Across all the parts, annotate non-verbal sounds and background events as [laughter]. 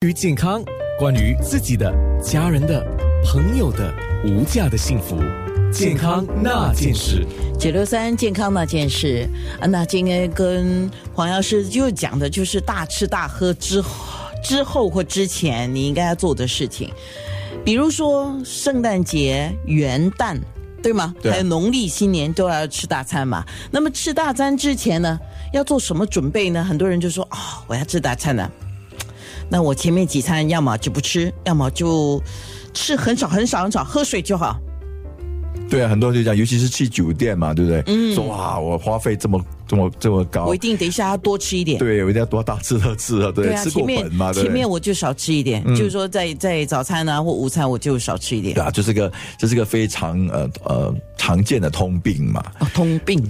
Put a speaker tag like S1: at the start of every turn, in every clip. S1: 关于健康，关于自己的、家人的、朋友的无价的幸福，健康那件事。
S2: 九六三健康那件事啊，那今天跟黄药师就讲的就是大吃大喝之后之后或之前你应该要做的事情，比如说圣诞节、元旦，对吗？
S1: 对
S2: 还有农历新年都要吃大餐嘛。那么吃大餐之前呢，要做什么准备呢？很多人就说哦，我要吃大餐了、那我前面几餐要么就不吃，要么就吃很少很少很少，喝水就好。
S3: 对啊，很多人就讲，尤其是去酒店嘛，对不对？嗯，说哇，我花费这么这么这么高
S2: 我一，定等一下要多吃一点。
S3: 对我一定要多大吃特吃啊，对，
S2: [laughs] 对啊，
S3: 吃过
S2: 前
S3: 本
S2: 面
S3: 嘛，对不
S2: 前
S3: 对
S2: 面？我就少吃一点，就是说在在早餐啊或午餐我就少吃一点
S3: 对。啊，这是个这是个非常呃呃常见的通病嘛， [laughs]
S2: 哦、通病，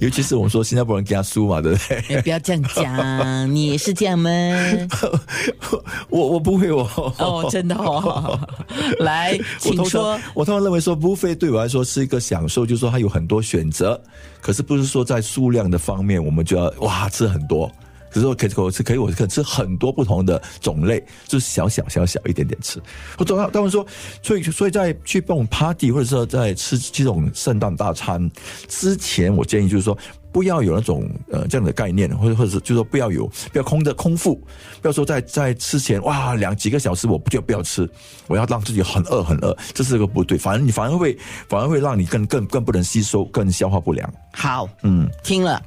S3: 尤其是我们说新加坡人加输嘛，对不对？
S2: [laughs]
S3: [laughs]
S2: 哎不要这样讲，你也是这样吗？
S3: 我我不会我
S2: 哦，真的哦，来，
S3: 我
S2: 请
S3: 通
S2: 说
S3: 常。我通常认为说不费对我来说是一个享受，就是说它有很多选择，可是不是说在数量的方面我们就要哇吃很多。只是我可以我吃可以我可以吃很多不同的种类，就是小小小小一点点吃。我总他们说，所以所以在去蹦 party 或者说在吃这种圣诞大餐之前，我建议就是说不要有那种呃这样的概念，或者或者是就是说不要有不要空的空腹，不要说在在吃前哇两几个小时我不就不要吃，我要让自己很饿很饿，这是个不对，反而你反而会反而会让你更更更不能吸收，更消化不良。
S2: 好，嗯，听了，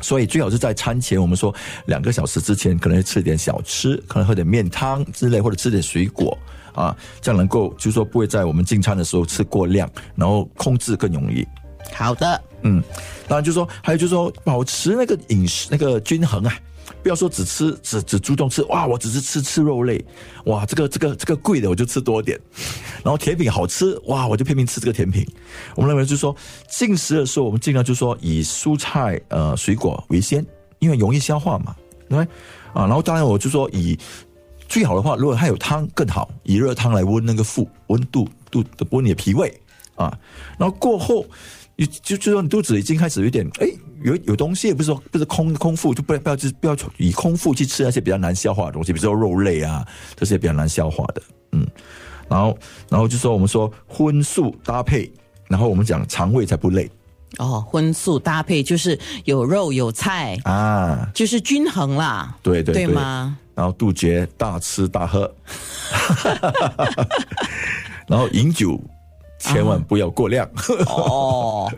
S3: 所以最好是在餐前，我们说两个小时之前，可能吃点小吃，可能喝点面汤之类，或者吃点水果啊，这样能够就是说不会在我们进餐的时候吃过量，然后控制更容易。
S2: 好的，
S3: 嗯，当然就是说，还有就是说，保持那个饮食那个均衡啊，不要说只吃只只注重吃哇，我只是吃吃肉类，哇，这个这个这个贵的我就吃多点，然后甜品好吃哇，我就拼命吃这个甜品。我们认为就是说，进食的时候我们尽量就是说以蔬菜呃水果为先，因为容易消化嘛，对不对啊，然后当然我就说以最好的话，如果它有汤更好，以热汤来温那个腹温度度温你的脾胃啊。然后过后，你就就说你肚子已经开始有点哎，有有东西，不是说不是空空腹，就不要不要去不要以空腹去吃那些比较难消化的东西，比如说肉类啊，这些比较难消化的，嗯。然后然后就说我们说荤素搭配，然后我们讲肠胃才不累
S2: 哦，荤素搭配就是有肉有菜，
S3: 啊。
S2: 就是均衡啦，
S3: 对对
S2: 对
S3: 对
S2: 吗？
S3: 然后杜绝大吃大喝， [laughs] 然后饮酒千万不要过量， [laughs]
S2: 哦，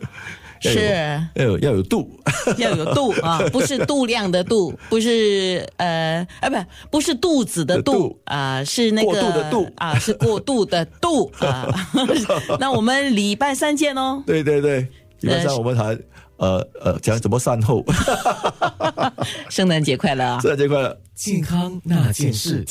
S3: 要有
S2: 是。
S3: 要有要有度， [laughs]
S2: 要有度啊，不是度量的度，不是呃啊不不是肚子的
S3: 的
S2: 度
S3: 度
S2: 啊、是那个
S3: 过度的度
S2: 啊，是过度的度
S3: [laughs]
S2: 啊。 [laughs] 那我们礼拜三见哦。
S3: 对对
S1: 呃
S3: 对。基本上我们谈呃呃讲怎么善后，
S2: 圣诞节快乐啊！
S3: [laughs] 圣诞节快乐。
S1: 健康那件事。